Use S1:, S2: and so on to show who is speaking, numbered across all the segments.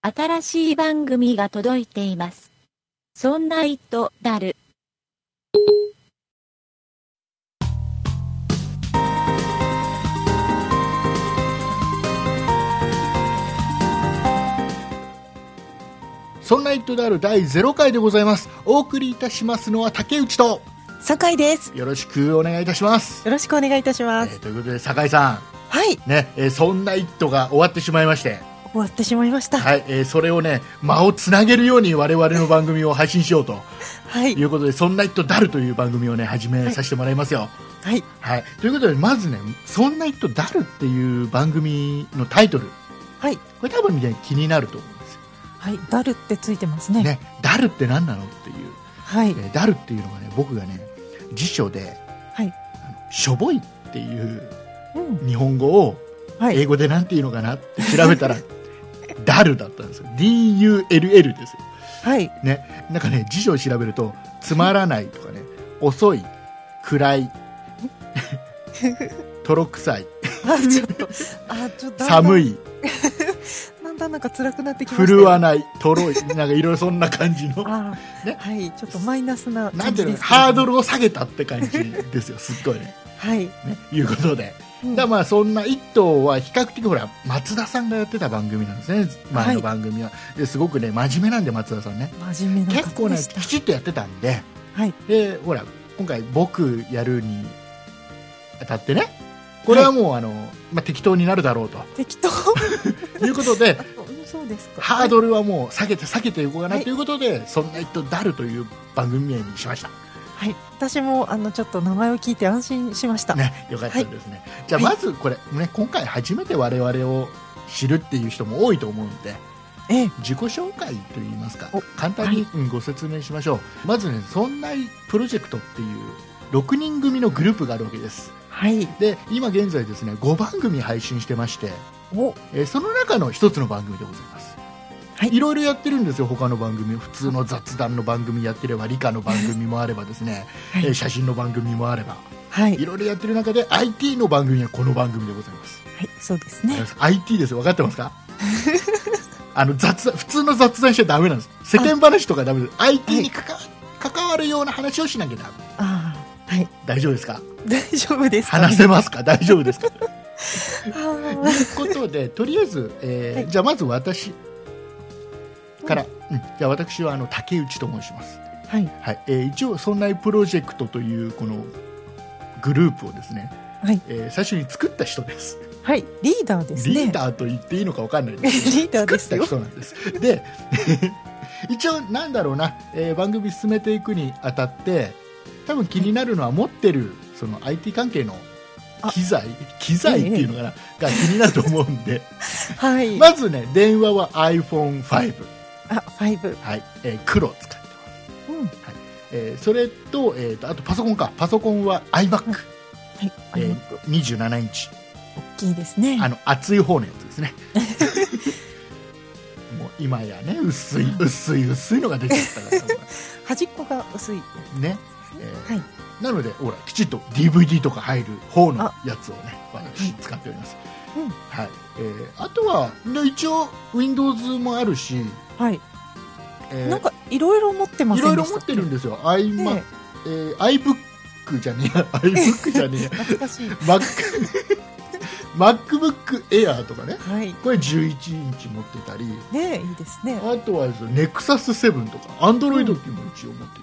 S1: 新しい番組が届いています。そんな糸だる。
S2: そんな糸である第0回でございます。お送りいたしますのは竹内と、
S3: 酒井です。
S2: よろしくお願いいたします。
S3: よろしくお願いいたし
S2: え
S3: ます。
S2: ーということで、酒井さ
S3: はい、
S2: ん、ね、えーそんな糸が終わってしまいまして、
S3: 終わってしまいました。はい、
S2: はい、えーそれをね、間をつなげるように我々の番組を配信しようと
S3: はい
S2: い、うことで、そんな糸だるという番組をね、始めさせてもらいますよ。
S3: はい、
S2: はい、ということで、まずね、そんな糸だるっていう番組のタイトル、
S3: はい、
S2: これ多分ね、気になると思うんですよ。
S3: ダルってついてますね。
S2: ね、だるって何なのっていう。
S3: はい、
S2: えーダルっていうのがね僕がね辞書で、
S3: はい
S2: あのしょぼいっていう
S3: うん、
S2: 日本語を
S3: は
S2: 英
S3: い、
S2: 語でなんていうのかなって調べたら、 ダルだったんですよ DULL ですよ
S3: はい、
S2: ねなんかね辞書を調べるとつまらないとかね遅い暗 いとろくさい
S3: あ、ちょっと、あ、ちょっと、
S2: 寒
S3: い。
S2: い
S3: だんだんなんか辛くなってきました。
S2: 振るわないとろいなんかいろいろそんな感じの
S3: あ、
S2: ね
S3: はい、ちょっとマイナスな
S2: な
S3: 感
S2: んて
S3: じ
S2: いうの
S3: です、
S2: ハードルを下げたって感じですよすっごいね。
S3: はい、
S2: ねいうことで
S3: うん
S2: だからまあそんな「一頭は比較的ほら松田さんがやってた番組なんですね前の番組は、ですごくね真面目なんで松田さんね
S3: 真面目な
S2: 結
S3: 方
S2: 構ね
S3: でした。
S2: きちっとやってたんで
S3: はい、
S2: でほら今回「僕やる」にあたってねこれはもうあの、まあ、適当になるだろうと
S3: 適 当。
S2: いうことで
S3: うんそうですか。
S2: ハードルはもう下げて下げていこうかな
S3: はい
S2: ということで「そんな一頭だる」という番組名にしました
S3: はい、私もあのちょっと名前を聞いて安心しました。
S2: ねよかったですね、じゃあまずこれ、ね、今回初めて我々を知るっていう人も多いと思うんで
S3: ええ、
S2: 自己紹介といいますか
S3: お
S2: 簡単にうんご説明しましょう、まずねそんなプロジェクトっていう6人組のグループがあるわけです
S3: はい、
S2: で今現在ですね5番組配信してまして、
S3: お、
S2: えーその中の一つの番組でございます
S3: はい
S2: いろいろやってるんですよ他の番組普通の雑談の番組やってれば理科の番組もあればですね、
S3: はい
S2: えー写真の番組もあれば
S3: はい、
S2: いろいろやってる中で IT の番組はこの番組でございます
S3: はい、そうですね。
S2: IT ですよ分かってます かあの雑談普通の雑談しちゃダメなんです世間話とかダメです IT に関わ,、関わるような話をしなきゃダメ
S3: ああ、はい、
S2: 大丈夫ですか
S3: 大丈夫ですかね、
S2: 話せます か大丈夫ですかとい
S3: ああ
S2: うことでとりあえず、えー
S3: はい
S2: じゃあまず私から、うんじゃあ私はあの竹内と申します、
S3: はい、
S2: はいえー一応「そんなプロジェクト」というこのグループをですね、
S3: はい
S2: えー最初に作った人です
S3: はい、リーダーですね。
S2: リーダーと言っていいのか分かんないですけど
S3: リーダーですよ
S2: 作った人なんですで 一応なんだろうな、えー番組進めていくにあたって多分気になるのは持ってるその IT 関係の機材機材っていうのかな、が気になると思うん で
S3: はい。
S2: まずね電話は iPhone5、
S3: あ、ファイブ。
S2: はいえー黒を使ってます、
S3: うん。
S2: えーそれと,、えーとあとパソコンかパソコンは iMac27、
S3: はい。あ
S2: え
S3: の
S2: ー27インチ
S3: 大きいですね。
S2: あの熱い方のやつです ね。もう今やね薄い薄い薄いのが出てきたから
S3: 端っこが薄い。
S2: ね、えー
S3: はい
S2: なのでほらきちっと DVD とか入る方のやつをね私
S3: は
S2: 使っております、
S3: うん
S2: はいえーあとはで一応 Windows もあるし、
S3: はい。
S2: えー
S3: なんかいろいろ持ってま
S2: い
S3: せんで
S2: ろ
S3: し
S2: い
S3: た
S2: ろ
S3: っけ
S2: 持ってるんですよ iMac、
S3: ね
S2: えー iBook じゃねえや iBook じゃねえや
S3: え懐かしい。
S2: Mac MacBook Air とかね
S3: はい。
S2: これ11インチ持ってたり
S3: ねえ、いいですね。
S2: あとはですね、ネクサス7とか、アンドロイドっていうのも一応持って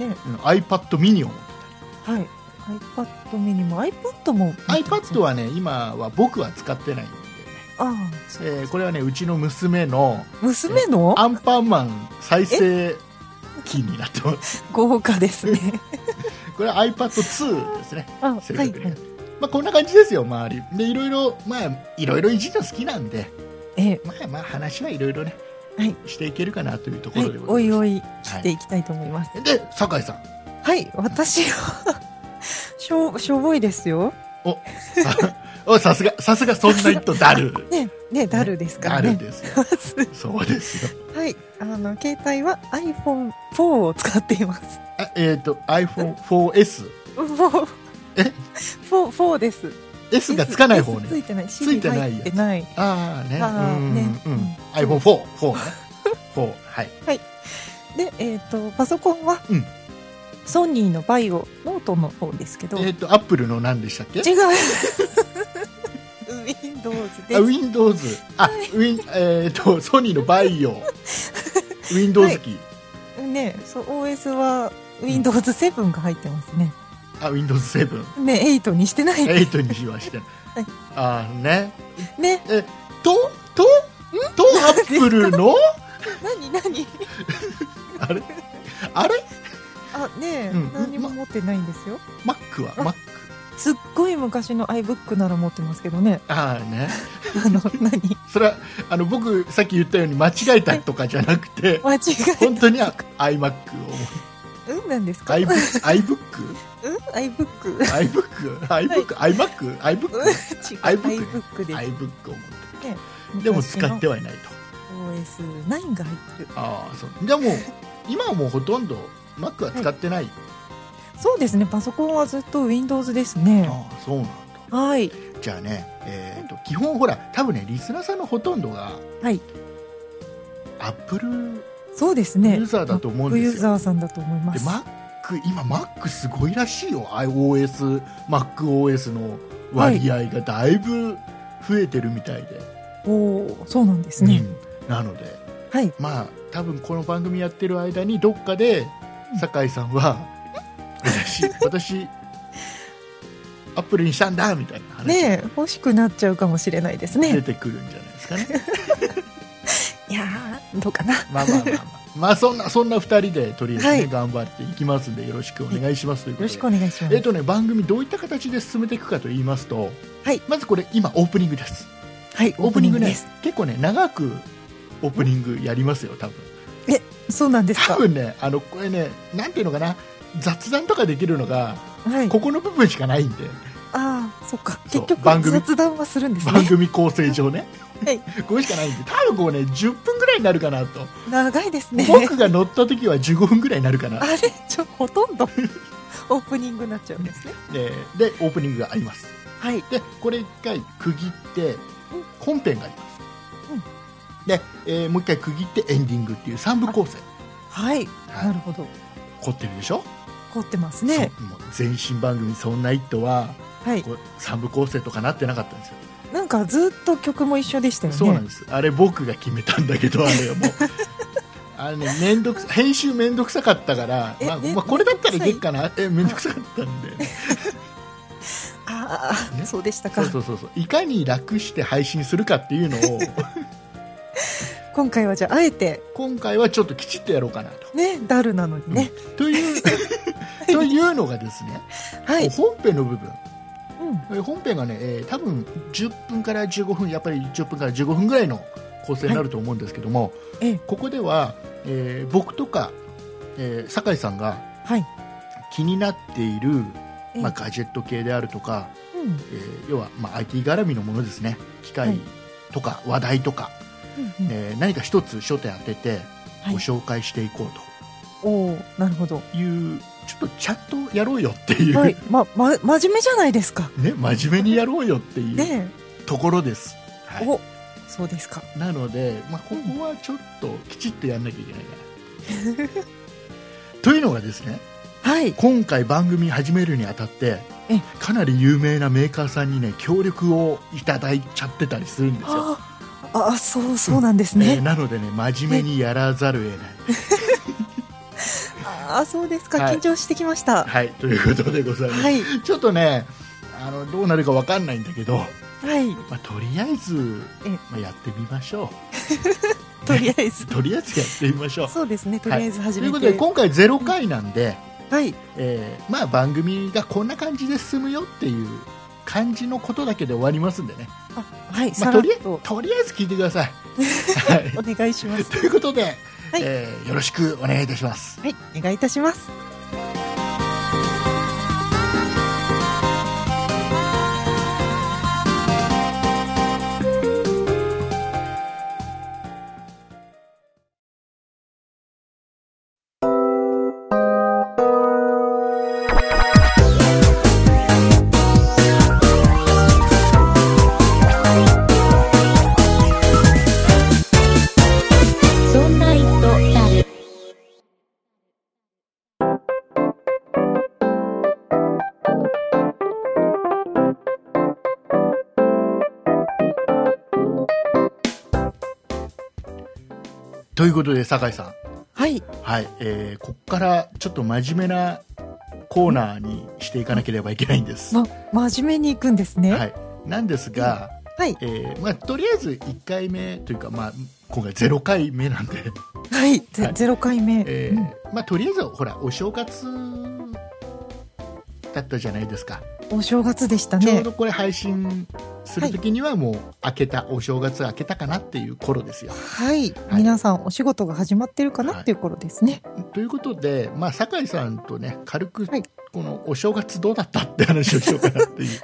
S2: て、
S3: ね
S2: うん iPad mini を持って
S3: はい。iPad mini も iPad も。
S2: たり、iPad
S3: は。
S2: はね、今は僕は使ってないんでね、
S3: ああ、そう。
S2: えーこれはね、うちの娘の
S3: 娘の
S2: アンパンマン再生機になってます。
S3: 豪華ですね。
S2: これは iPad2 ですね、
S3: あ、は
S2: 正
S3: い。
S2: 確には
S3: はい
S2: まあ、こんな感じですよ、周り。で、いろいろ、まあ、いろいろいじるの好きなんで、
S3: ええ、
S2: まあまあ、話はいろいろね、
S3: はい
S2: していけるかなというとこ
S3: は
S2: ろ
S3: い
S2: で。ご
S3: お
S2: ざい
S3: い
S2: ます。
S3: おい、切っていきたいと思います。
S2: で、酒井さん。
S3: はい。私は、 しょ、しょぼいですよ。
S2: おさすが、さすが、そんな人だ る。
S3: ねえ、ねえ、ダルですから
S2: あるん
S3: ね。
S2: ですよ。
S3: まず
S2: そうですよ。
S3: はい、あの携帯は iPhone4 を使っています。
S2: あえっ、と iPhone4S
S3: もう
S2: え
S3: 4, 4です。
S2: え S がつかない方ね
S3: S ついてない。つ
S2: いてない
S3: ってない。
S2: ああね
S3: あー
S2: うん
S3: ね
S2: うん
S3: うん
S2: iPhone4 4ね4はい
S3: で、えっ、と、パソコンは、
S2: うん
S3: ソニーのバイオノートの方ですけど、
S2: えっ、
S3: 違う。
S2: とアップルの何でしたっけ
S3: Windows です。
S2: あ Windows あウィンえっ、とソニーのバイ オ Windows 機、
S3: ねそう OS は Windows7 が入ってますね。
S2: あ Windows 7
S3: ね8にしてない。ね
S2: 8にしまして、ああね
S3: ね、
S2: えとととアップルの
S3: 何何
S2: あれあれ
S3: あ、ねえ、
S2: うん
S3: 何も持ってないんですよ。
S2: Mac は Mac
S3: すっごい昔の iBook なら持ってますけ どね。
S2: ああね
S3: あの、何
S2: それはあの僕さっき言ったように間違えたとかじゃなくて
S3: 間違え
S2: 本当にあ iMac を
S3: うんなんですか
S2: iBook iBook
S3: うん ?iBook? う
S2: iBook iBook iMac iBook
S3: ん違う。
S2: iBook
S3: iBook です。
S2: iBook を持ってでも使ってはいないと
S3: OS9 が入ってる。
S2: ああそうじゃあもう今はもうほとんど Mac は使ってない、
S3: そうですね、パソコンはずっと Windows ですね。
S2: ああそうなんだ
S3: はい。
S2: じゃあね、えー、と基本ほら多分ねリスナーさんのほとんどが
S3: はい。
S2: アップル
S3: そうですね。
S2: ユーザーだと思うん
S3: ユ
S2: で
S3: ー
S2: すよ、
S3: ザーさんだと思いま。
S2: です Mac 今 Mac すごいらしいよ iOSMacOS の割合がだいぶ増えてるみたいで、
S3: おお、そうなんですね。
S2: うんなので
S3: はい。
S2: まあ多分この番組やってる間にどっかで
S3: うん
S2: 酒井さんは、私 私アップルにしたんだみたいな話が
S3: ねえ、欲しくなっちゃうかもしれないです
S2: 出
S3: ね。
S2: てくるんじゃないですかね
S3: いやー、どうかな。
S2: まあまあまあまあ。まあそんなそんな二人でとりあえずね、
S3: はい
S2: 頑張っていきますんでよろしくお願いしますというこ
S3: よ
S2: と
S3: ろ
S2: で。
S3: しくお願いします。
S2: えっとね番組どういった形で進めていくかと言いますと、
S3: はい
S2: まずこれ今オープニングです。
S3: はい、
S2: オープニングね
S3: です。
S2: 結構ね長くオープニングやりますよ多分。
S3: そうなんです
S2: 多
S3: か。
S2: 分ねあのこれねなんていうのかな雑談とかできるのが
S3: はい。
S2: ここの部分しかないんで
S3: ああ、そっか。
S2: そう
S3: 結局、
S2: 番組
S3: 雑談はするんです
S2: 番
S3: ね。
S2: 組構成上ね。
S3: はい
S2: これしかないんで多分こうね10分ぐらいになるかなと、
S3: 長いですね。
S2: 僕が乗った時は15分ぐらいになるかな
S3: あ。れちょ、ほとんど、オープニングになっちゃう んですね。
S2: ででオープニングがあります。
S3: はい。
S2: でこれ一回区切って本編があります、で、えーもう一回区切ってエンディングっていう3部構成
S3: はい。
S2: はい
S3: なるほど。
S2: 凝ってるでしょ、
S3: 凝ってますね。
S2: そうもう前身番組「そんな一途は
S3: はい。
S2: こう3部構成とかなってなかったんですよ、
S3: なんか、ずっと曲も一緒でしたよね。
S2: そうなんですあれ僕が決めたんだけ どあれもうあれねめんどくさ編集面倒くさかったから、
S3: え
S2: まあ
S3: ね
S2: まあ、これだったらいけっ
S3: 面
S2: かなえ面倒くさかったんで
S3: ああ、
S2: ね
S3: そうでしたか
S2: そうそうそうそういかに楽して配信するかっていうの を
S3: 今回はじゃあ、あえて、
S2: 今回はちょっときちっとやろうかなと。
S3: ね、ダルなのにね。
S2: と いうというのがですね、
S3: はい。
S2: 本編の部分
S3: うん。
S2: えー本編がね、えー多分10分から15分やっぱり10分から15分ぐらいの構成になると思うんですけども、
S3: ええ
S2: ここでは、えー僕とか、えー酒井さんが
S3: はい。
S2: 気になっている、
S3: ええ
S2: まあ、ガジェット系であるとか、
S3: うん
S2: えー要は、まあ、IT 絡みのものですね機
S3: は
S2: 械
S3: い
S2: とか話題とか、
S3: うんうん
S2: えー何か一つ焦点当てて
S3: はい
S2: ご紹介していこうと。
S3: おおなる ほど。
S2: いうちょっとちゃんとやろうよっていう、
S3: はい。ま、ま、真面目じゃないですか。
S2: ね、真面目にやろうよっていう
S3: ね
S2: ところです、
S3: え、
S2: はい
S3: お、そうですか。
S2: なので、まあ、ここはちょっときちっとやんなきゃいけないかな というのがですね
S3: はい。
S2: 今回番組始めるにあたって
S3: え
S2: かなり有名なメーカーさんにね協力をいただいちゃってたりするんですよ、
S3: あーあー、そう、そうなんです
S2: えー
S3: ね。
S2: なのでね真面目にやらざるを得ない、
S3: ああ、そうですか。
S2: はい
S3: 緊張してきました。は
S2: はいということでございます、
S3: い。
S2: ちょっとねあのどうなるかわかんないんだけど、
S3: はい。
S2: まあ、とりあえず
S3: え、
S2: まあ、やってみましょう
S3: とりあ えず。
S2: とりあえずやってみましょう
S3: そうですね。とりあえず始
S2: とい
S3: め
S2: うこ
S3: て。
S2: とで今回0回なんで、
S3: はい。
S2: えーまあ、番組がこんな感じで進むよっていう感じのことだけで終わりますんでね、
S3: あ、はい。
S2: まあ、
S3: さら
S2: と
S3: っ
S2: りあえず
S3: と
S2: とりあえず聞いてくだ さい、は
S3: お願いしま
S2: い、
S3: す。
S2: ということで、
S3: はい
S2: えーよろしくお願いいたします
S3: はい。お願いいたします。
S2: 「ということで酒井さん
S3: はい。
S2: はい、えー、ここからちょっと真面目なコーナーにしていかなければいけないんです。は
S3: ま、真面目に行くんですね。はい。
S2: い、なんですが、
S3: はい。
S2: えーまあ、とりあえず1回目というか、まあ、今回0回目なんで、
S3: ゼ
S2: はい
S3: ゼロ回目。
S2: え
S3: うん
S2: ーまあ、とりあえずほらお正月だったじゃないですか、
S3: お正月でした
S2: ちょ
S3: ね
S2: う。どこれ配信する時にはもう明けた、お正月明けたかなっていう頃ですよ。
S3: はい、
S2: い
S3: 皆さんお仕事が始まってるかなっていう頃ですね。
S2: ということで、まあ、酒井さんとね軽く
S3: はい
S2: このお正月どうだったって話をしようかなって いう。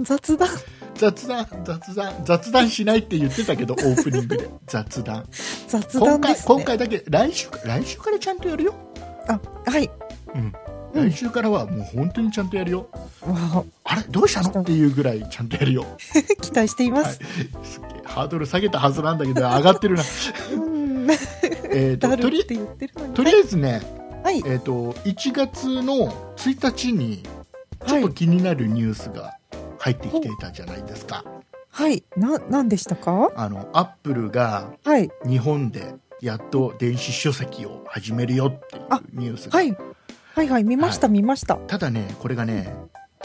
S3: 雑談、
S2: 雑談雑談雑談しないって言ってたけどオープニングで雑談
S3: 雑
S2: 今
S3: 談
S2: 回
S3: ですね。
S2: 今回だけ来週か来週からちゃんとやるよ、
S3: あ、はい。
S2: うん、
S3: うん
S2: 来週からはもう本当にちゃんとやるよ
S3: わ
S2: あれどうしたのっていうぐらいちゃんとやるよ
S3: あ期待しています。
S2: すっげえハードル下げたはずなんだけど上がって るな
S3: うん。
S2: えー
S3: だ
S2: とと
S3: るっ
S2: り
S3: て言ってるのに。
S2: とりあえずね、
S3: はい。
S2: えー、と1月の1日にちょっ
S3: はい
S2: と。気になるニュースが入ってきていたじゃないですか、
S3: はい。な、なんでしたか
S2: あのアップルが
S3: はい。
S2: 日本でやっと電子書籍を始めるよっていう
S3: あ
S2: ニュースが、
S3: はい。はいはい。見ました、見ました。
S2: ただねこれがね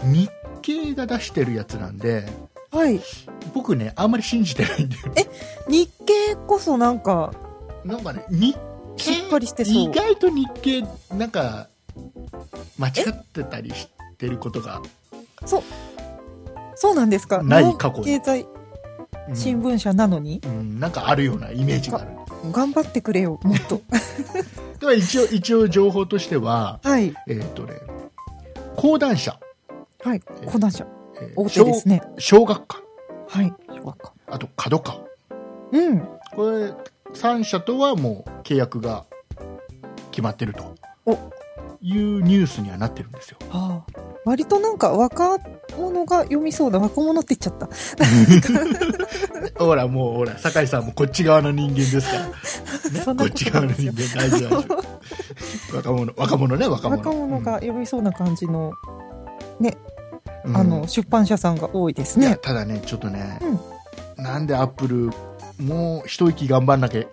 S2: 日経が出してるやつなんで
S3: はい。
S2: 僕ねあんまり信じてないんだよ
S3: 日経こそなんか、
S2: なんかね日経
S3: しっかりしてそう
S2: 意外と日経なんか間違ってたりしてることが、
S3: そうなんですか
S2: ない
S3: 日本
S2: 過去に
S3: 経済
S2: うん
S3: 新聞社なのに、
S2: うん、なんかあるようなイメージがある
S3: 頑張ってくれ よ、もっと。
S2: では一応一応情報としては
S3: はい。
S2: えっ、とね講談社、
S3: はい。
S2: え
S3: 講談社。
S2: えー
S3: 大手ですね。
S2: 小小学館
S3: はい。小学校
S2: あと角川
S3: うん。
S2: これ3社とはもう契約が決まってると
S3: お
S2: いうニュースにはなってるんですよ。
S3: ああ割となんか若者が読みそうだ若者って言っちゃった
S2: ほらもうほら酒井さんもこっち側の人間ですから、ね、
S3: そん
S2: こ
S3: な
S2: っ
S3: こと
S2: ち側の人間大丈夫 大丈夫若者若者ね若者
S3: 若者が、読みそうな感じの、
S2: うん
S3: あの出版社さんが多いです
S2: いや
S3: ね
S2: ただねちょっとね、なんでアップルもう一息頑張んなきゃ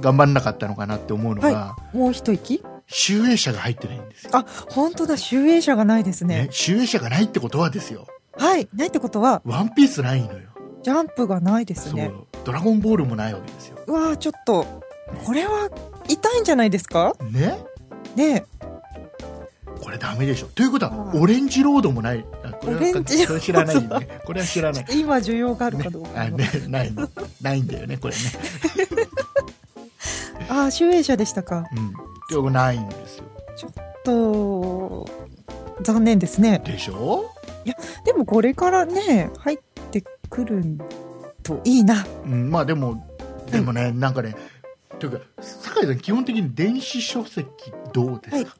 S2: 頑張んなかったのかなって思うのが、
S3: もう一息
S2: 集英社が入ってないんですよ、
S3: あ本当だ集英社がないですね
S2: ね、集英社がないってことはですよ
S3: はいないってことは
S2: ワンピースないのよ
S3: ジャンプがないです
S2: そう
S3: ね
S2: ドラゴンボールもないわけですよ
S3: うわーちょっとこれは痛いんじゃないですか
S2: ね
S3: ね
S2: これダメでしょということは
S3: うん
S2: オレンジロードもないあこれは
S3: オレンジ
S2: こ
S3: ロード
S2: れ知らないよねこれは知らない
S3: え今需要があるかどうか
S2: あ
S3: の、
S2: ねないないんだよねこれね
S3: ああ集英社でしたか
S2: うんでもないんですよ
S3: と残念ですね
S2: でしょ
S3: でもこれからね入ってくるといいな
S2: うんまあでもでもねなんかねというか酒井さん基本的に電子書籍どうですか、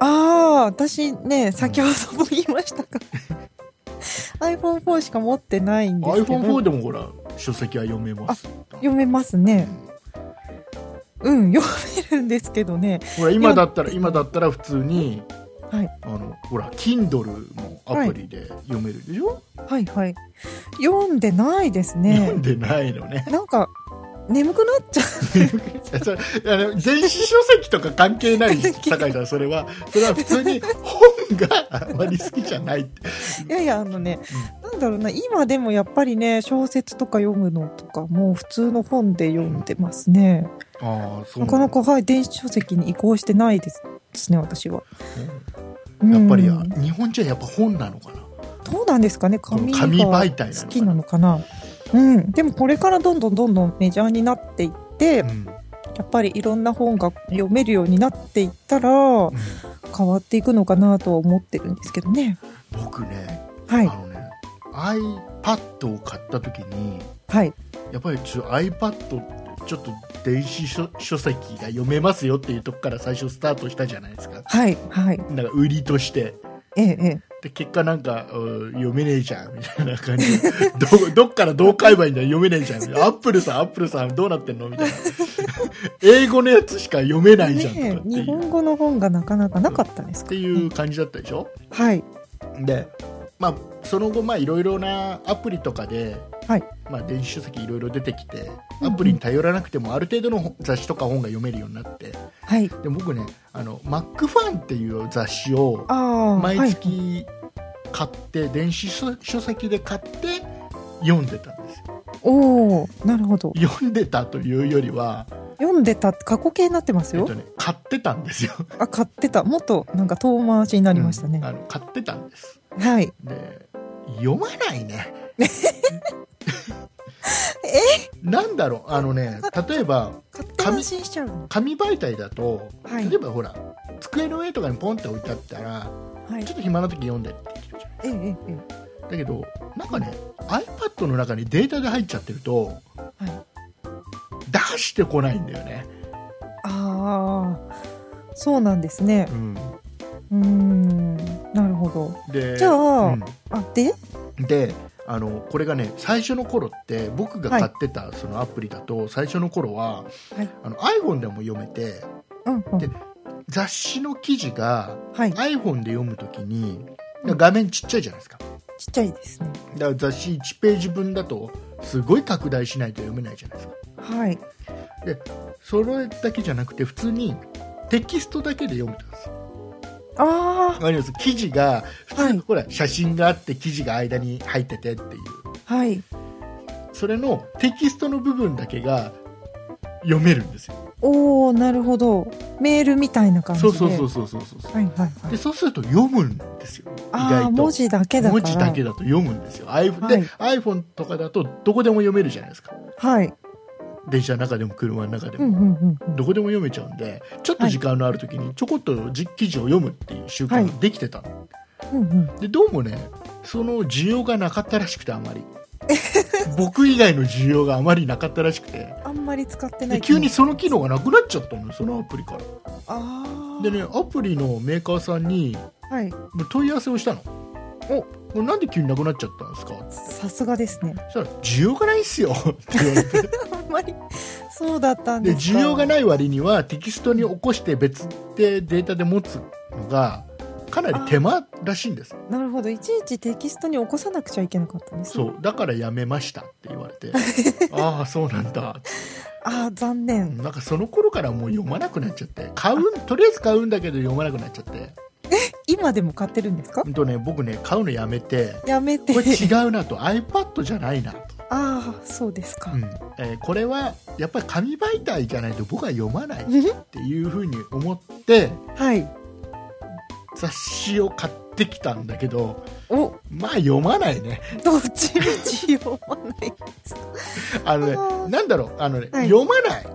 S3: ああ、私ね、先ほども言いました が、iPhone4 しか持ってないんですけど、
S2: iPhone4 でもほら書籍は読めます
S3: 読めます
S2: う
S3: ね。
S2: ん
S3: うん、読めるんですけどね。
S2: ほら今だったら今だったら普通に、
S3: はい
S2: あのほら Kindle もアプリで読めるでしょ、
S3: はいはい。読んでないです
S2: 読ん
S3: ね。
S2: でないのね
S3: なんか、眠くなっちゃ
S2: それあの電子書籍とか関係 ない酒井さんそれはそれは普通に本があまり好きじゃないって
S3: う。いやいや、あのね、なんだろうな、今でもやっぱりね、小説とか読むのとか、もう普通の本で読んでますね。
S2: ああそ
S3: なかなか、はい、電子書籍に移行してないですですね、私は。
S2: うんやっぱり
S3: うん
S2: 日本人はやっぱ本なのかな
S3: どうなんですかね紙が
S2: 紙媒体なのかな
S3: 好きなのかなうんでもこれからどんどんどんどんメジャーになっていって、
S2: う
S3: や
S2: ん
S3: っぱりいろんな本が読めるようになっていったら変
S2: うん
S3: わっていくのかなとは思ってるんですけどね
S2: 僕ね
S3: は
S2: あ
S3: い
S2: のね iPad を買った時に
S3: はい
S2: やっぱりちょ iPad ってちょっと電子書書籍が読めますよっていうとこから最初スタートしたじゃないですか
S3: はいはい
S2: なんか売りとして
S3: ええええ
S2: で結果なんか、うん読めねえじゃんみたいな感じで どどっからどう買えばいいんだよ読めねえじゃんみたいなアップルさんアップルさんどうなってんのみたいな英語のやつしか読めないじゃんとか
S3: ね
S2: っ
S3: え
S2: てい
S3: 日
S2: う,、っ
S3: 本語の本がなかなかなかったですか
S2: ていう感じだったでしょ
S3: はい
S2: でまあその後まあいろいろなアプリとかで、
S3: はい
S2: まあ、電子書籍いろいろ出てきて
S3: うん
S2: アプリに頼らなくてもある程度の本雑誌とか本が読めるようになって
S3: はい。
S2: で僕ねあのマックファンっていう雑誌を
S3: ああ、
S2: 毎月買って、電子書書籍で買って読んでたんですよ
S3: おお、なるほど。
S2: 読んでたというよりは、
S3: 読んでた、過去形になってます
S2: えっ
S3: よ
S2: と。ね、買ってたんですよ
S3: あ、買ってた。もっと、なんか遠回しになりましたね
S2: うん。あの買ってたんです
S3: はい。
S2: で読まない ねえなんだろうあのね例えば
S3: 買って安心しちゃうの。
S2: 紙媒体だと、
S3: はい
S2: 例えばほら机の上とかにポンって置いてあったら
S3: はい
S2: ちょ。っと暇な時読んでってできるじゃん
S3: ええ、ええ、え
S2: だけどなんかね iPad の中にデータで入っちゃってると、出してこないんだよね、
S3: え。ああ。そうなんですね。
S2: うん
S3: うーん。なるほど。
S2: で
S3: じゃあ
S2: うん
S3: あ、で。
S2: であのこれがね最初の頃って僕が買ってたそのアプリだと、最初の頃は、
S3: はい
S2: あの iPhone でも読めて
S3: うん、う
S2: で
S3: ん。
S2: 雑誌の記事が
S3: はい。ち
S2: iPhone で読むときに
S3: うん
S2: 画面ちっちゃいじゃないですかだか
S3: っちゃいですね。
S2: ら雑誌1ページ分だとすごい拡大しないと読めないじゃないですか
S3: はい。
S2: それだけじゃなくて普通にテキストだけで読めたんですよ
S3: あ
S2: わかります記事が普通、
S3: はい
S2: ほら写真があって記事が間に入っててっていう
S3: あ。はい。
S2: それのテキストの部分だけが読めるんですよ
S3: おお、なるほど。メールみたいな感じ
S2: そ
S3: で。
S2: うそうそうそうそうそうそう
S3: はいはいはい
S2: で。そうすると読むんですよ意
S3: ああ、
S2: 外と
S3: 文字だけだから。
S2: 文字だけだと読むんですよ iPhone,、
S3: はい
S2: で iPhone とかだとどこでも読めるじゃないですか
S3: はい。
S2: 電車の中でも車の中で
S3: う
S2: も、
S3: んうんうんうん。
S2: どこでも読めちゃうんでちょっと時間のある時にちょこっとじ記事を読むっていう習慣ができてたの、
S3: うんうん。
S2: でどうもねその需要がなかったらしくてあまり 僕以外の需要があまりなかったらしくて
S3: あんまり使ってな
S2: で
S3: い。
S2: 急に。その機能がなくなっちゃったのよそのアプリから
S3: ああ。
S2: でね。アプリのメーカーさんに
S3: はい。
S2: 問い合わせをしたのおなんで急になくなっちゃったんですか
S3: さすがですね。
S2: そしたら需要がないっすよって言われて
S3: あんまり。そうだったん
S2: で
S3: ですか。
S2: 需要が
S3: い。
S2: ない割にはテキストに起こして別でデータで持つのがかなり手間らしいんです
S3: なるほど。いちいちテキストに起こさなくちゃいけなかったんです、ね。
S2: そう。だからやめましたって言われてああそうなんだ
S3: ああ、残念。
S2: なんかその頃からもう読まなくなっちゃって買うんとりあえず買うんだけど読まなくなっちゃって
S3: 今でも買ってるんですか
S2: ほ。んとね僕ね買うのやめて
S3: やめて
S2: こ。れ違うなと iPad じゃないなと、
S3: ああ、そうですか。
S2: うんえーこれはやっぱり紙媒体じゃないと僕は読まないっ
S3: うん
S2: ていうふうに思って
S3: はい。
S2: 雑誌を買ってきたんだけど
S3: お、
S2: まあ読まないね
S3: どっちみち読まない。
S2: あの
S3: あー
S2: ね、なんだろう、あのね、
S3: はい
S2: 読まない。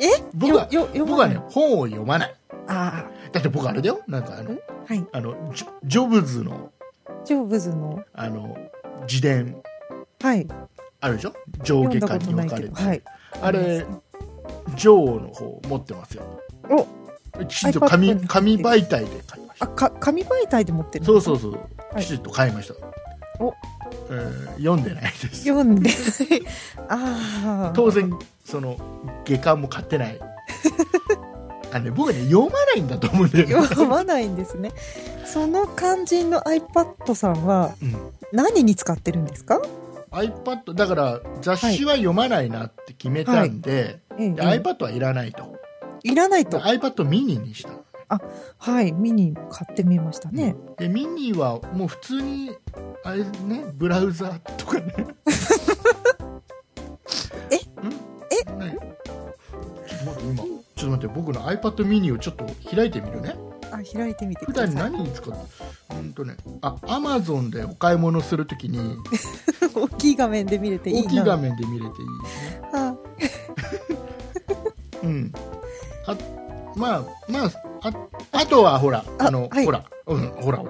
S3: え、
S2: 僕は、
S3: よ、よ、読
S2: 僕は
S3: まない
S2: ね、。本を読まない。
S3: あ
S2: だって僕あれだよ、なんかあ
S3: あ。ん
S2: の、
S3: はい。
S2: あの、ジョジョブズの、
S3: ジョブズの。
S2: あの、自伝
S3: はい。
S2: あるでしょ上
S3: 読
S2: 下巻
S3: んだこと
S2: に
S3: な
S2: 分
S3: い
S2: か
S3: け
S2: れ
S3: ど。
S2: て。
S3: はい。
S2: あれ、女王の方持ってますよ。
S3: お
S2: きちんと紙、
S3: iPad
S2: 紙媒体で買いまし
S3: あ
S2: た。
S3: か紙媒体で持ってる
S2: そう
S3: う
S2: そうそう、
S3: はい
S2: きちんと買いました。
S3: お
S2: えー読んでないです。
S3: 読んで ああ
S2: 当然、その、下巻も買って ない。あのね、僕はね、読まないんだと思うんだよね。
S3: 読まないんですねその肝心の iPad さんは
S2: うん
S3: 何に使ってるんですか、
S2: iPad だから雑誌は読まないなって決めたんで,
S3: ええ
S2: で、iPad はいらないと
S3: いらない
S2: で
S3: と
S2: iPad ミニにした
S3: はいミニ買ってみましたね、
S2: でミニはもう普通にあれねブラウザとかね え
S3: え
S2: ねちょっと待って今ちょっと待って僕の iPad ミニをちょっと開いてみるね
S3: あ開いてみて
S2: 普
S3: くだ
S2: 段
S3: さい
S2: 何に使ううんとねあ Amazon でお買い物するときに
S3: 大きい画面で見れ ていい
S2: 大
S3: な
S2: きい画面で見れていいですね
S3: あ
S2: うん。あ、まあ、まあ、あ、あとはほら、
S3: あ
S2: あの、
S3: はい
S2: ほら、うん、ほらほ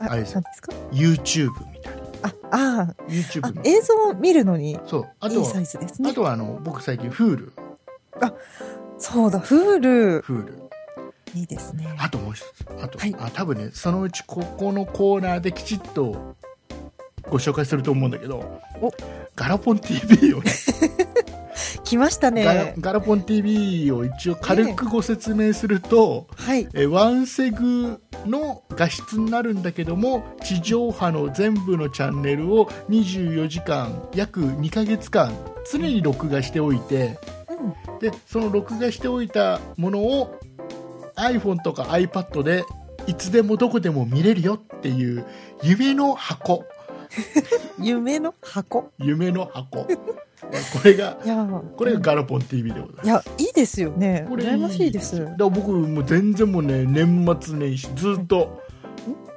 S2: ら、
S3: あ
S2: あ
S3: 何
S2: れ
S3: で
S2: です
S3: すか
S2: YouTube みたいな。
S3: ああ
S2: YouTube
S3: あ
S2: みたいな。
S3: 映像を見るのに
S2: そう。あ
S3: い
S2: と
S3: いサ
S2: は
S3: イ、ズですね
S2: あとはあの、僕最近 Hulu、
S3: そうだ Hulu
S2: Hulu。
S3: いいですね
S2: あともう一つ。あと、
S3: はい
S2: あ、多分ね、そのうちここのコーナーできちっとご紹介すると思うんだけど
S3: お、
S2: ガラポン TV をね、
S3: 聞来ました
S2: ガラ
S3: ね。
S2: ガラポン TV を一応軽くご説明すると、
S3: はい。
S2: えーワンセグの画質になるんだけども地上波の全部のチャンネルを24時間約2ヶ月間常に録画しておいて
S3: うん。
S2: でその録画しておいたものを iPhone とか iPad でいつでもどこでも見れるよっていう夢の箱
S3: 夢の箱。
S2: 夢の箱えこれが
S3: いや、
S2: これがガラポン TV でございます
S3: いや、いいですよね。
S2: これ
S3: 羨ましいです。
S2: だから僕もう全然もうね年末年始ずっと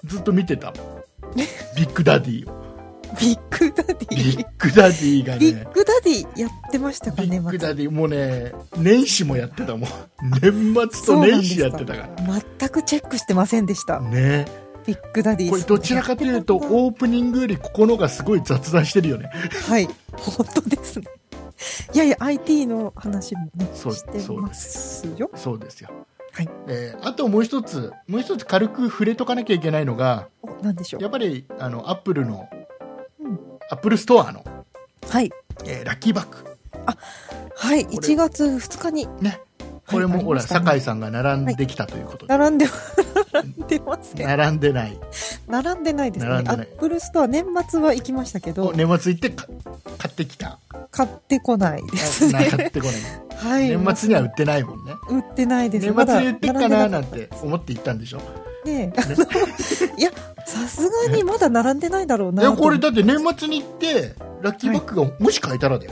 S2: ずっと見てたビッグダディを
S3: ビッグダディ。
S2: ビッグダディが
S3: ビッ
S2: ね
S3: グダディやってましたか
S2: ビ
S3: ね、
S2: ッグダ
S3: ま
S2: ディもうね年始もやってたもん年
S3: た
S2: 末と年始やってたか
S3: そうなんですか全くチェックしてませんでした
S2: ら。ね
S3: ビッグダディ。
S2: これどちらかというとオープニングよりここのがすごい雑談してるよね
S3: はい、本当ですね。いやいや、IT の話もね、
S2: そう
S3: してますよ。
S2: そうですよ
S3: はい
S2: えーあともう一つもう一つ軽く触れとかなきゃいけないのが
S3: おなんでしょ
S2: や
S3: う。
S2: っぱりあのアップルの
S3: うん
S2: アップルストアの、
S3: はい、
S2: えーラッキーバッグ
S3: はい、
S2: これ
S3: 1月2日に
S2: ね、これもほら、
S3: はいありましたね
S2: 酒井さんが並んできたということで、
S3: 並んで、並んでますね。
S2: 並んでない、
S3: 並んでないですね。
S2: 並
S3: ア
S2: んでない
S3: ップルストア、年末は行きましたけど、
S2: 年末行ってか買ってきた、
S3: 買ってこないです
S2: な買
S3: ね。
S2: ってこない、
S3: はい。
S2: 年末には売ってないもんね、
S3: 売ってないです
S2: 年末に売ってっかな
S3: まだ並んで
S2: な
S3: か
S2: んて思って行ったんでしょ、
S3: ったね いや、さすがにまだ並んでないだろう
S2: い
S3: なと
S2: やこれ、だって年末に行って、ラッキーバッグがもし買えたらだよ、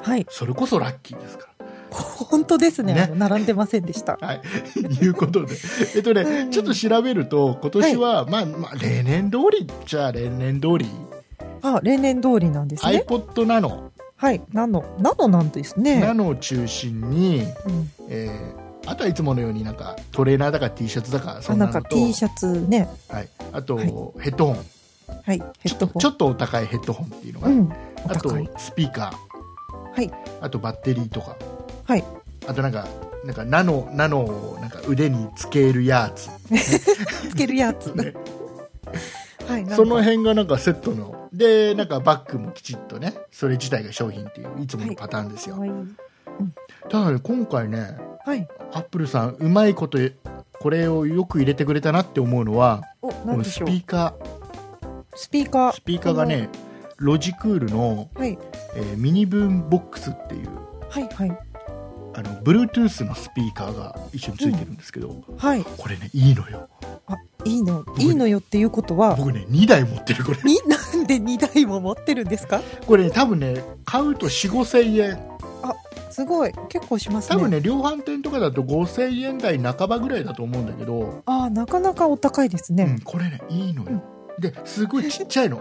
S3: はい、
S2: それこそラッキーですから。
S3: 本当ですね。
S2: ね
S3: あの並んでませんでした。
S2: はい、いうことで、えっと
S3: う
S2: ね、
S3: ん
S2: ちょっと調べると、今年は、まあ、まあ、例年通りじゃあ例年通り、
S3: あ、例年通りなんですね。
S2: iPod ナノ、
S3: はい、ナノ、ナノなんです
S2: ナ
S3: ね。
S2: ノを中心に、
S3: うん、
S2: えーあとはいつものようになんかトレーナーだか T シャツだかそ
S3: あ
S2: んな
S3: なん
S2: のと
S3: か T シャツね、
S2: はい、あと、
S3: はい
S2: ヘッドホン
S3: はい、ヘッドホン。
S2: ちょっとお高いヘッドホンっていうのが、
S3: うん、お
S2: あと
S3: 高い。
S2: スピーカー、
S3: はい、
S2: あとバッテリーとか、
S3: はい、
S2: あとなんかなんかナノナノをなんか腕につけるや つ、
S3: つけるやつ。
S2: ね、
S3: はい、なんか
S2: その辺がなんかセットのでなんかバッグもきちっとねそれ自体が商品っていういつものパターンですよ、
S3: かわいい
S2: ただね今回ね
S3: はい、
S2: アップルさんうまいことこれをよく入れてくれたなって思うのは
S3: お、
S2: こ
S3: なん
S2: の
S3: で
S2: ス
S3: しょ
S2: ピ
S3: う。
S2: ーカー
S3: スピーカー。
S2: スピーカーがね、ロジクールの、
S3: この。はい、
S2: えーミニブーンボックスっていう
S3: はい、はい、
S2: あの Bluetooth のスピーカーが一緒についてるんですけど、
S3: はい、
S2: これねいいのよ
S3: あ、いいの、いいのよっていうことは。
S2: 僕ね2台持ってるこれ
S3: に、なんで二台も持ってるんですか。
S2: これね多分ね買うと4 5 0 0円
S3: すごい、結構します
S2: 多分
S3: ね。
S2: ね量販店とかだと5000円台半ばぐらいだと思うんだけど、
S3: あー、なかなかお高いです
S2: うん
S3: ね。
S2: これねいいのよですごいちっちゃい の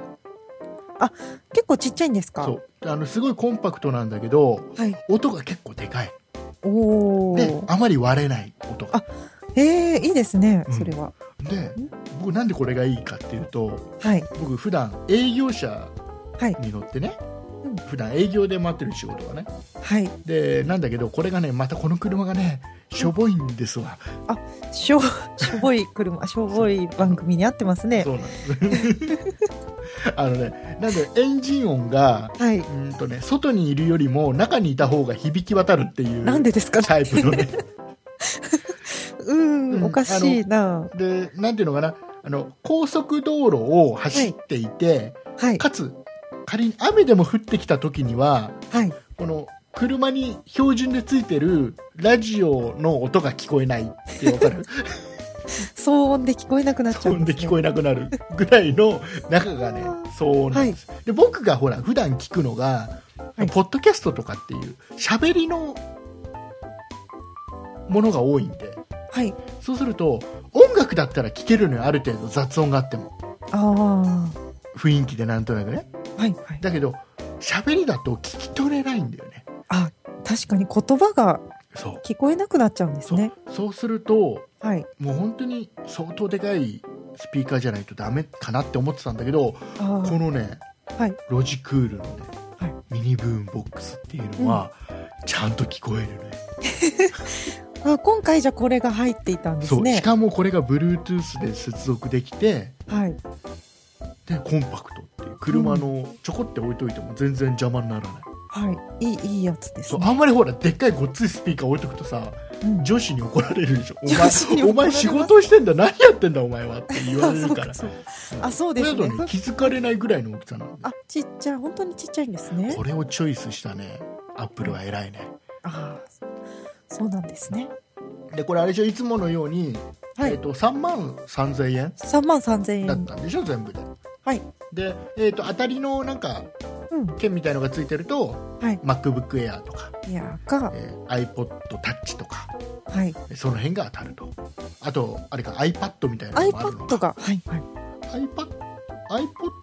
S3: 結構ちっちゃいんですか。
S2: そうあのすごいコンパクトなんだけど
S3: はい。
S2: 音が結構でかい
S3: お
S2: で
S3: お。
S2: あまり割れない音が
S3: あええー、いいですね
S2: う。ん
S3: それは。
S2: で僕なんでこれがいいかっていうと
S3: はい。
S2: 僕普段営業者
S3: はい
S2: に乗ってね、
S3: うん
S2: 普段営業で待ってる仕事がね
S3: はい。
S2: でなんだけどこれがねまたこの車がねしょぼいんですわ、
S3: しょ、しょぼい車、しょぼい番組に合ってますね
S2: そ。うなんです あのねなんでエンジン音が。
S3: はいう
S2: ーんとね外にいるよりも中にいた方が響き渡るっていう
S3: なんでですかね。
S2: タイプのね
S3: う
S2: うん
S3: ん、おかしいな。
S2: でなんていうのかなあの高速道路を走っていて、
S3: はい。
S2: かつ仮に雨でも降ってきた時には
S3: はい。
S2: この車に標準でついてるラジオの音が聞こえないってわか る
S3: 騒音で聞こえなくなっち
S2: 騒
S3: ゃうん
S2: 音で
S3: で
S2: 聞
S3: す、ね。
S2: こえなくなるぐらいの中がね騒音なんです、で僕がほら普段聞くのが、
S3: はい
S2: ポッドキャストとかっていう喋りのものが多いんで
S3: はい。
S2: そうすると音楽だったら聞けるのよある程度雑音があっても
S3: あ
S2: 雰囲気でなんとなくね
S3: あ。はい。はい。
S2: だけど喋りだと聞き取れないんだよね
S3: あ、確かに言葉が
S2: そう
S3: 聞こえなくなっちゃうんです
S2: そう,、
S3: ね。
S2: そうすると
S3: はい。
S2: もう本当に相当でかいスピーカーじゃないとダメかなって思ってたんだけど
S3: あ
S2: こ
S3: あ。
S2: のね、
S3: はい
S2: ロジクールのね、
S3: はい
S2: ミニブーンボックスっていうのは、ちゃんと聞こえるね
S3: あ、今回じゃこれが入っていたんです
S2: そうし
S3: ね。
S2: かもこれが Bluetooth で接続できて
S3: はい。
S2: でコンパクトっていう車のちょこって置いといても全然邪魔にならない、
S3: はい。いい、いいやつです
S2: そう
S3: ね。
S2: あんまりほらでっかいごっついスピーカー置いとくとさ
S3: うん
S2: 女子に怒られるでしょ
S3: 女子に
S2: お前お
S3: 怒
S2: 前
S3: られます
S2: 仕事してんだ何やってんだお前はって言われるから
S3: あ
S2: そ
S3: そううあ、そうで
S2: れ
S3: す
S2: だと
S3: ね。
S2: ね気づかれないぐらいの大きさなの
S3: あ、ちっちゃい、本当にちっちゃいんですね
S2: こ。れをチョイスしたねアップルは偉いね
S3: ああ、そうなんですね。
S2: でこれあれでしょいつものように、
S3: は
S2: えっ
S3: い。
S2: と3万3000円
S3: 三万三千
S2: だっ
S3: 円。
S2: たんでしょ全部で
S3: はい。
S2: で、えっと当たりのなんか
S3: うん。
S2: 券みたいのがついてると
S3: はい
S2: MacBookAir とか、
S3: いやーか。
S2: えー iPodTouch とか
S3: はい。
S2: その辺が当たるとあとあれか iPad みたいなのもあるのか
S3: iPad が。はい。はい。
S2: iPad iPodTouch
S3: iPod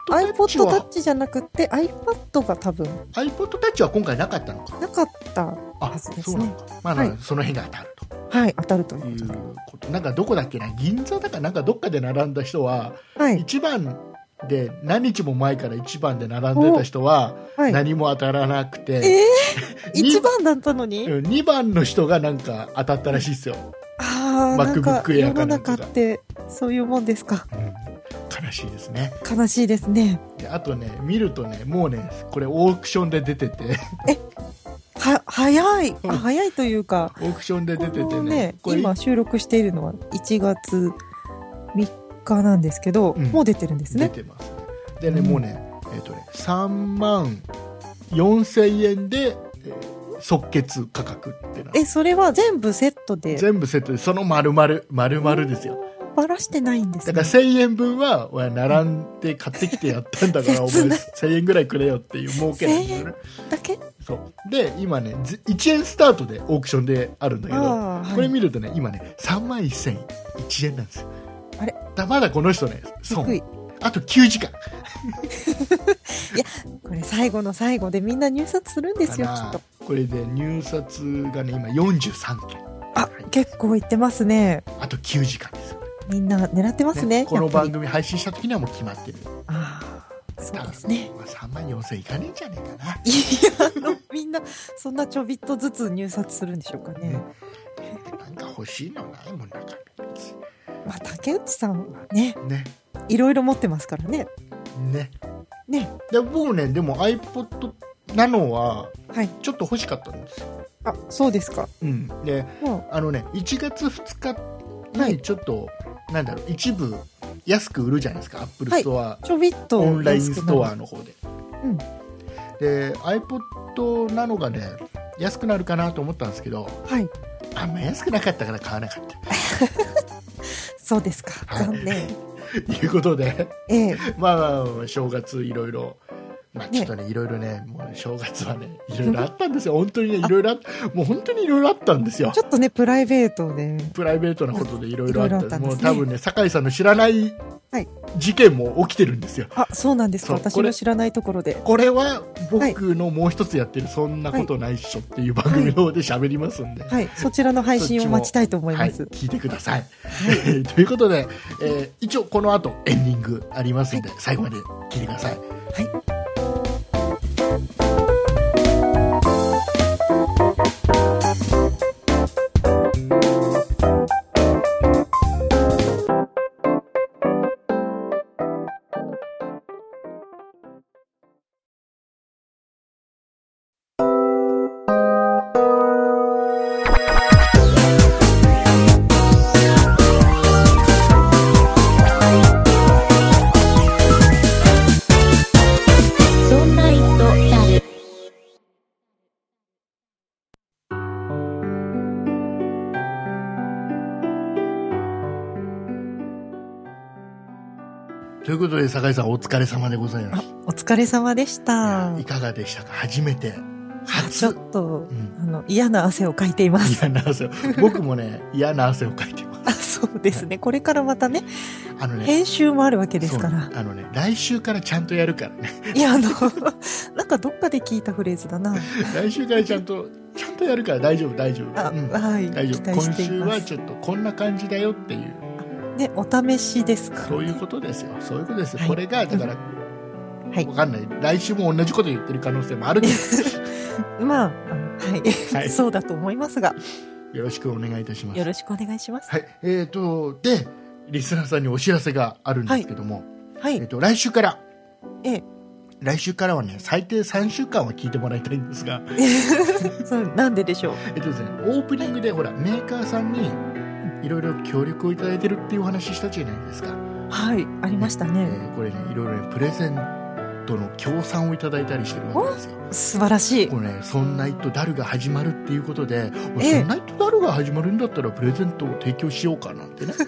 S3: タ
S2: は
S3: ッチじゃなくて iPad が多分
S2: iPodTouch は今回なかったのか
S3: なかった。
S2: あ
S3: はずで
S2: そ
S3: すね
S2: うなのか、まあまあ
S3: はい
S2: その辺が当たると
S3: はい。当たるとい
S2: いう
S3: ことで。
S2: うことなんかどこだっけな銀座だかなんかどっかで並んだ人は
S3: はい。
S2: 1番で何日も前から1番で並んでた人は
S3: はい。
S2: 何も当たらなくて、
S3: えー、
S2: 二
S3: 一番だったのに。
S2: うん2番の人がなんか当たったらしいですよ、
S3: ああ、なんか
S2: MacBook Air
S3: 世
S2: か
S3: の
S2: なんか
S3: 中
S2: が
S3: ってそういうもんですか。
S2: 悲しいですね
S3: 悲しいですね。
S2: であとね見るとねもうねこれオークションで出て て
S3: は早い、あ早いというか。
S2: オークションで
S3: こ
S2: 出てて
S3: の
S2: ね
S3: ね、
S2: これ
S3: 今収録しているのは1月3日なんですけど、
S2: うん
S3: もう出てるんです
S2: 出
S3: ね。
S2: てますねでね、
S3: うん
S2: もうねえっ、とね3万4000円で、えー即決価格ってな
S3: え、それは全部セットで
S2: 全部セットでその丸々丸々ですよ
S3: バラしてないんです
S2: だ
S3: ね
S2: から1000円分は俺並んで買ってきてやったんだからお前
S3: 切ない
S2: 1000円ぐらいくれよっていう儲けなんだよね
S3: だけ
S2: そうで今ねず1円スタートでオークションであるんだけど
S3: ああ、
S2: こ
S3: は
S2: れ
S3: い、
S2: 見るとね今ね3万1001円なんですよ
S3: あれ
S2: だまだこの人ね損
S3: 低い。
S2: あと9時間
S3: これ最後の最後でみんな入札するんですよ、き
S2: か
S3: っ
S2: な
S3: と。
S2: これで入札がね今43件
S3: あ、結構いってますね。
S2: あと9時間ですよ、
S3: みんな狙ってますね。
S2: この
S3: やっぱ
S2: 番
S3: り
S2: 組配信した時にはもう決まってる
S3: ああ、そうですね。
S2: まあ、3万4000いかねえんじゃねえかない
S3: や、あのみんなそんなちょびっとずつ入札するんでしょうかね。
S2: なんか欲しいのないもんなか別に
S3: まあ、竹内さんね、
S2: ね
S3: いろいろ持ってますからね。
S2: ね
S3: ね。
S2: で僕ねでも iPod ナノは
S3: はい。
S2: ちょっと欲しかったんですよ、
S3: あ、そうですか。
S2: うん、で
S3: も
S2: あのね1月2日
S3: は
S2: に
S3: い
S2: ちょっと、なんだろう一部安く売るじゃないですかアップルストア、
S3: う、ちょびっと
S2: オンライン
S3: 安
S2: ス
S3: くなる
S2: トアの方で、
S3: うん
S2: で iPod ナノがね安くなるかなと思ったんですけど
S3: はい。
S2: あんま安くなかったから買わなかった
S3: そうですか。
S2: はい
S3: 残念。
S2: ということで、
S3: ええ
S2: まあまあまあ正月いろいろ、まあ、ちょっとねいろいろねもうね正月はねいろいろあったんですよ本当にねいろいろあもう本当にいろいろあったんですよ
S3: ちょっとね、プライベートで。
S2: プライベートなことでいろいろあった
S3: いろいろあったんですね
S2: もう多分ね酒井さんの知らない
S3: はい
S2: 事件も起きてるんですよ、
S3: あ、そうなんですか。
S2: そうこ
S3: 私
S2: れ
S3: の知らないところで。
S2: これは僕のもう一つやってる「そんなことないっしょ」っていう番組の方で喋りますんで、
S3: はい。そちらの配信を待ちたいと思い
S2: は
S3: ま
S2: い、
S3: す。
S2: 聞いてください。 ということで、えー一応この後エンディングありますんで、最後まで聞いてください。
S1: そんな糸だる、
S2: ということで酒井さんお疲れ様でございまし
S3: お疲れ様でした。
S2: た。いかがでしたか初めて
S3: あちょ
S2: 初
S3: っと
S2: う、ん
S3: あの、嫌な汗をかいています。
S2: 嫌な汗を僕もね嫌な汗をかいてます
S3: あ そうですね。これからまたね、
S2: あのね
S3: 編集もあるわけですか
S2: そ
S3: ら
S2: う。あのね来週からちゃんとやるからね
S3: いや、あの、なんかどっかで聞いたフレーズだな。
S2: 来週からちゃんとちゃんとやるから大丈夫大丈
S3: あ、
S2: 夫、うん
S3: はい。
S2: 大
S3: 期
S2: 丈夫
S3: 待
S2: 今
S3: してい
S2: 週
S3: ま
S2: は
S3: す。
S2: ちょっとこんな感じだよっていう
S3: ね、お試しですか。
S2: そういうことですよ。そういうことですよ。
S3: はい
S2: これが、だから、
S3: はい
S2: わかんない。来週も同じこと言ってる可能性もあるけど
S3: まあ、あのはい、
S2: はい
S3: そうだと思いますが、
S2: よろしくお願いいたします。
S3: よろしくお願いします。
S2: はい。えっ、と、で、リスナーさんにお知らせがあるんですけども、
S3: は
S2: えっ、
S3: い、
S2: と、来週から、
S3: ええ
S2: 来週からはね最低3週間は聞いてもらいたいんですが、
S3: そうなんででしょう。
S2: えっとですね、オープニングでほらメーカーさんにいろいろ協力をいただいてるっていうお話したじゃないですか、
S3: はい、ありました
S2: え
S3: ね。
S2: ーこれねいろいろねプレゼントの協賛をいただいたりしてるわけですよ
S3: 素晴らしい
S2: こ。れね「そんなイットダル」が始まるっていうことで「お
S3: ええ
S2: そんなイットダル」が始まるんだったらプレゼントを提供しようかなんてね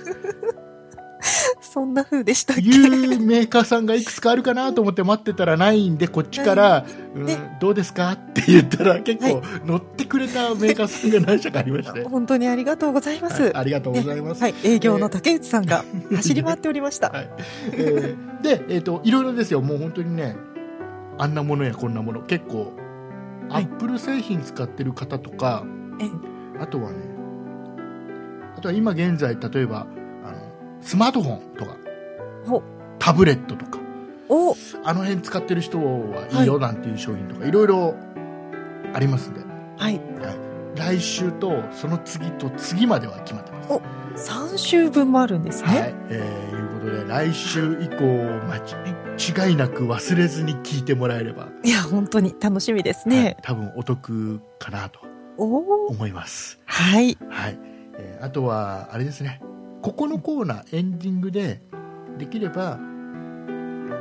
S3: そんな風でしたっけ
S2: いうメーカーさんがいくつかあるかなと思って待ってたらないんでこっちから「うん
S3: ね
S2: どうですか?」って言ったら結
S3: は
S2: 構乗ってくれたメーカーさんが何社かありまして、は
S3: 本当にありがとうございます。
S2: いありがとうございます。
S3: はい、営業の竹内さんが走り回っておりまし
S2: は
S3: た。
S2: いえーで、えー、といろいろですよもう本当にねあんなものやこんなもの結構ア
S3: はい
S2: ップル製品使ってる方とか、
S3: ええ
S2: あとはねあとは今現在例えばあのスマートフォンとか
S3: ほ
S2: タブレットとか
S3: お、は
S2: あの辺使ってる人はいいよなんていう商品とか、い、ろいろありますんで
S3: い、
S2: 来週とその次と次までは決まってます。
S3: お三週分もあるんです
S2: は
S3: ね。
S2: い、えーいうことで来週以降間違いなく忘れずに聞いてもらえれば、
S3: い、や、本当に楽しみです
S2: はい
S3: ね。
S2: 多分お得かなと
S3: お、
S2: 思います、
S3: はい、
S2: はいえーあとはあれですねここのコーナーエンディングでできれば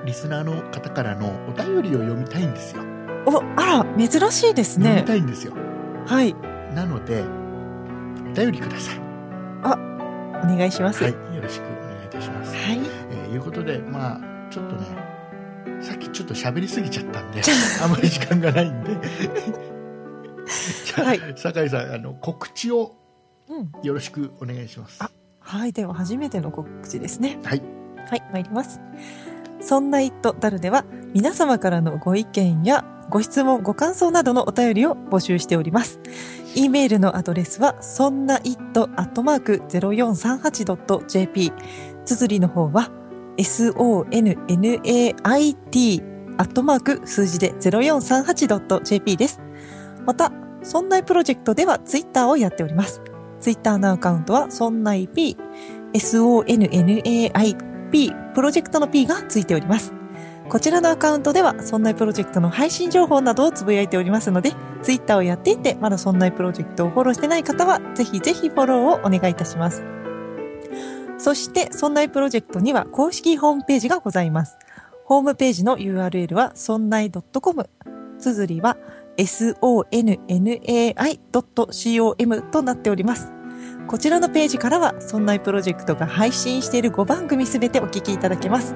S2: リスナーの方からのお便りを読みたいんですよ、
S3: お、あら、珍しいです
S2: 読み
S3: ね。
S2: たいんですよ
S3: はい、
S2: なのでお便りください、
S3: お願いします。
S2: は、
S3: はいい、
S2: よろしくお願いいたします、えーいうことでまあちょっとねさっきちょっと喋りすぎちゃった んであまり時間がないんでじゃあ、
S3: はい
S2: 酒井さんあの告知を
S3: うん、
S2: よろしくお願いします
S3: あはい、では初めての告知ですね。
S2: はい
S3: はい、参ります。そんな「イットダル」では皆様からのご意見やご質問、ご感想などのお便りを募集しております。e メールのアドレスは、そんな it.0438.jp。綴りの方は、sonnait アットマーク数字で 0438.jp です。また、そんないプロジェクトではツイッターをやっております。ツイッターのアカウントは、そんない p、sonnait P、プロジェクトの P がついております。こちらのアカウントでは、そんないプロジェクトの配信情報などをつぶやいておりますので、ツイッターをやっていて、まだそんないプロジェクトをフォローしてない方は、ぜひぜひフォローをお願いいたします。そして、そんないプロジェクトには公式ホームページがございます。ホームページの URL は、そんない .com。綴りは、sonnai.com となっております。こちらのページからは、そんないプロジェクトが配信している5番組すべてお聞きいただけます。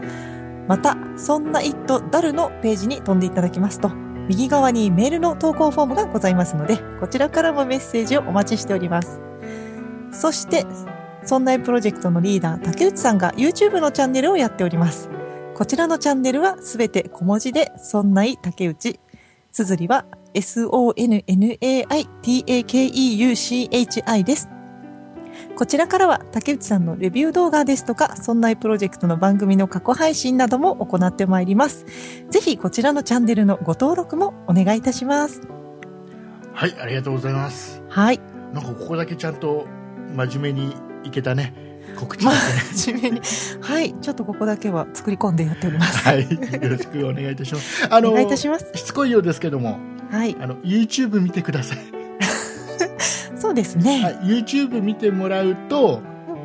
S3: また、そんな it ダルのページに飛んでいただきますと、右側にメールの投稿フォームがございますので、こちらからもメッセージをお待ちしております。そして、そんないプロジェクトのリーダー、竹内さんが YouTube のチャンネルをやっております。こちらのチャンネルはすべて小文字で、そんない竹内。綴りは、sonnaitakeuchi です。こちらからは竹内さんのレビュー動画ですとか、そんないプロジェクトの番組の過去配信なども行ってまいります。ぜひこちらのチャンネルのご登録もお願いいたします。
S2: はいありがとうございます
S3: はい。
S2: なんかここだけちゃんと真面目にいけたね告知
S3: ま
S2: で
S3: あ
S2: すね、、
S3: 真面目に。はい。ちょっとここだけは作り込んでやっております。
S2: はいよろしくお願いいたしますあ
S3: お
S2: の
S3: 願いいたします。
S2: しつこいようですけども
S3: はい。
S2: あの YouTube 見てください
S3: そうですね。
S2: はい、YouTube 見てもらうと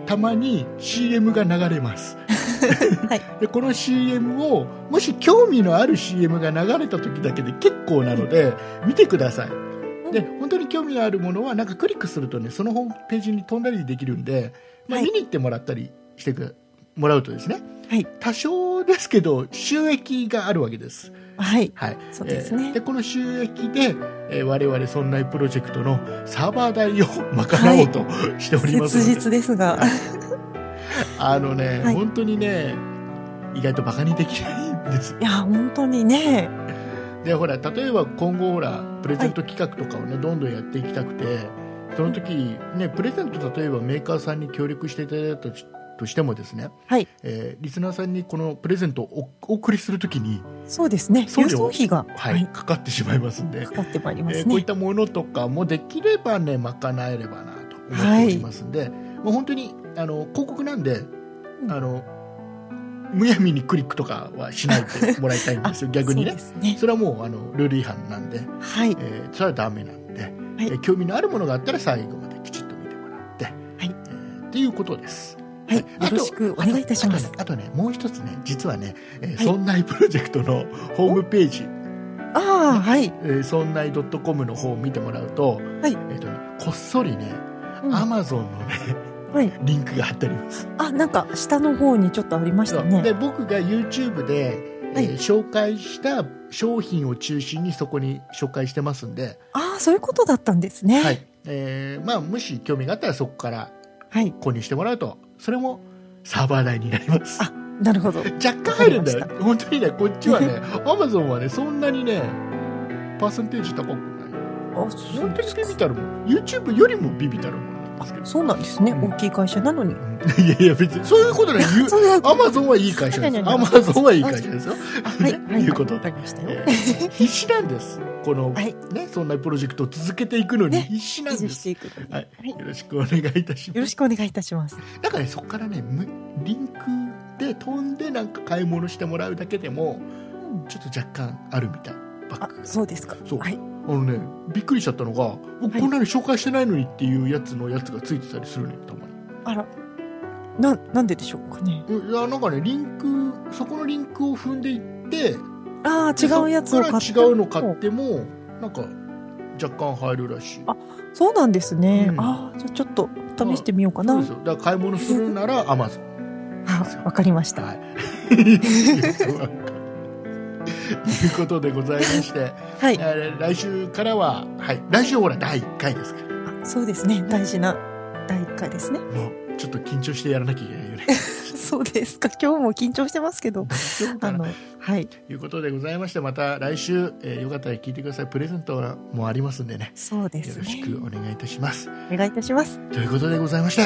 S2: たまに CM が流れます、
S3: はい
S2: でこの CM をもし興味のある CM が流れた時だけで結構なので見てくださいで本当に興味のあるものはなんかクリックするとねそのホームページに飛んだりできるんで、まあ、
S3: はい
S2: 見に行ってもらったりしてくもらうとですね、
S3: はい
S2: 多少ですけど収益があるわけです
S3: はい。
S2: はい、
S3: そうですね
S2: えーでこの収益で、えー、我々そんないプロジェクトのサーバー代を賄おうと、しております
S3: 切
S2: ので
S3: 実ですが。
S2: あのね、
S3: はい
S2: 本当にね意外とバカにできないんです
S3: いや、本当にね。
S2: でほら例えば今後ほらプレゼント企画とかをね、どんどんやっていきたくてその時ねプレゼント例えばメーカーさんに協力していただいたとしとしてもですね、
S3: はい
S2: えーリスナーさんにこのプレゼントをおお送りするときに、
S3: そうですね。
S2: 送料
S3: 郵送費が、
S2: はい
S3: はい
S2: かかってしまいますんで
S3: かかってまいりま
S2: え
S3: す
S2: ーこういっ
S3: ね。
S2: たものとかもできればね賄えればなと思っておりますんで、もう本当にあの広告なんで、
S3: うん
S2: あのむやみにクリックとかはしないでもらいたいん ですよ逆にね
S3: そう
S2: そ
S3: ですね。
S2: れはもうあのルール違反なんで、
S3: はい。
S2: えーそれはダメなんで、
S3: い
S2: えー興味のあるものがあったら最後まできちっと見てもらって、えーっていうことです。
S3: はい。よ
S2: あと
S3: ろしくお願いいたします。
S2: あとねあとねもう一つね実はね、えー
S3: はい
S2: そんないプロジェクトのホームページ
S3: ああ、はい。
S2: えーそんない .com の方を見てもらうと,、
S3: はい
S2: えーとね、こっそりね、
S3: うん
S2: アマゾンのね
S3: はい。
S2: リンクが貼ってあります、
S3: あ、なんか下の方にちょっとありました
S2: そうで
S3: ね。
S2: 僕が YouTube で、えー
S3: はい
S2: 紹介した商品を中心にそこに紹介してますんで、
S3: ああ、そういうことだったんですね。
S2: はい。えーまあ、もし興味があったらそこから
S3: はい。
S2: 購入してもらうとそれもサーバー代になります
S3: あなるほど。
S2: 若干入るんだ
S3: わ
S2: よ
S3: か
S2: 本当にねこっちは ねアマゾンはねそんなにねパーセンテージ高くない
S3: あ、そ
S2: 本
S3: う
S2: 当
S3: で
S2: に
S3: す
S2: ビ
S3: か。
S2: ビたるもん YouTube よりもビビたるもんなんですけど
S3: そうなんですね。
S2: うん
S3: 大きい会社なのに。
S2: うん いやいや別にそういうことない
S3: そういう
S2: アマゾンはいい会社ですアマゾンはいい会社ですよ、
S3: あはい。はい。
S2: いうこと
S3: わかりましたよ。
S2: えー 必死なんですこの、
S3: はい
S2: ねそんなプロジェクトを続けていくのに
S3: ね
S2: 必死なん
S3: 維
S2: で
S3: 持し
S2: す、
S3: ていくので。
S2: は
S3: はいい。
S2: よろしくお願いいたし
S3: よ
S2: ま
S3: ろ
S2: す
S3: しくお願いいたします。
S2: だからねそこからねむリンクで飛んでなんか買い物してもらうだけでも
S3: うん
S2: ちょっと若干あるみたいバッ
S3: あ
S2: グ、が
S3: そうですか。
S2: そう
S3: はい。
S2: あのねびっくりしちゃったのが、おこんなに紹介してないのにっていうやつのやつがついてたりするねたまに
S3: あら。な、なんででしょうかね。
S2: うんいやなんかねリンクそこのリンクを踏んでいって
S3: ああ、違うやつを買って。
S2: そっから違うの買ってもなんか若干入るらしい
S3: あそうなんですね。
S2: うん
S3: ああ、じゃあちょっと試してみようかな。
S2: そうで
S3: あ
S2: すよだから買い物するならアマゾン
S3: わかりました。
S2: はい ということでございまして
S3: はい。
S2: えー来週からは、はい、来週ほら第1回ですから
S3: あそうですね。大事な第一回ですね。
S2: もうちょっと緊張してやらなきゃいけないよ ね
S3: そうですか。今日も緊張してますけど。あ の、はい。
S2: ということでございましてまた来週、えーよかったら聞いてくださいプレゼントもありますんでね
S3: そうで
S2: よ
S3: す
S2: ろし
S3: ね。
S2: くお願いいたします
S3: お願いいたします。
S2: ということでございまして、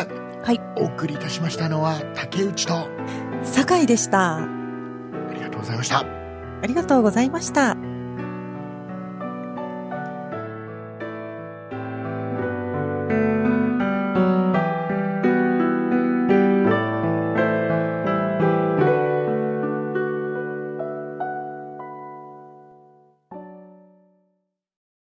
S3: い
S2: お送りいたしましたのは竹内とあ
S3: 酒井でした。
S2: りがとうございました
S3: ありがとうございました。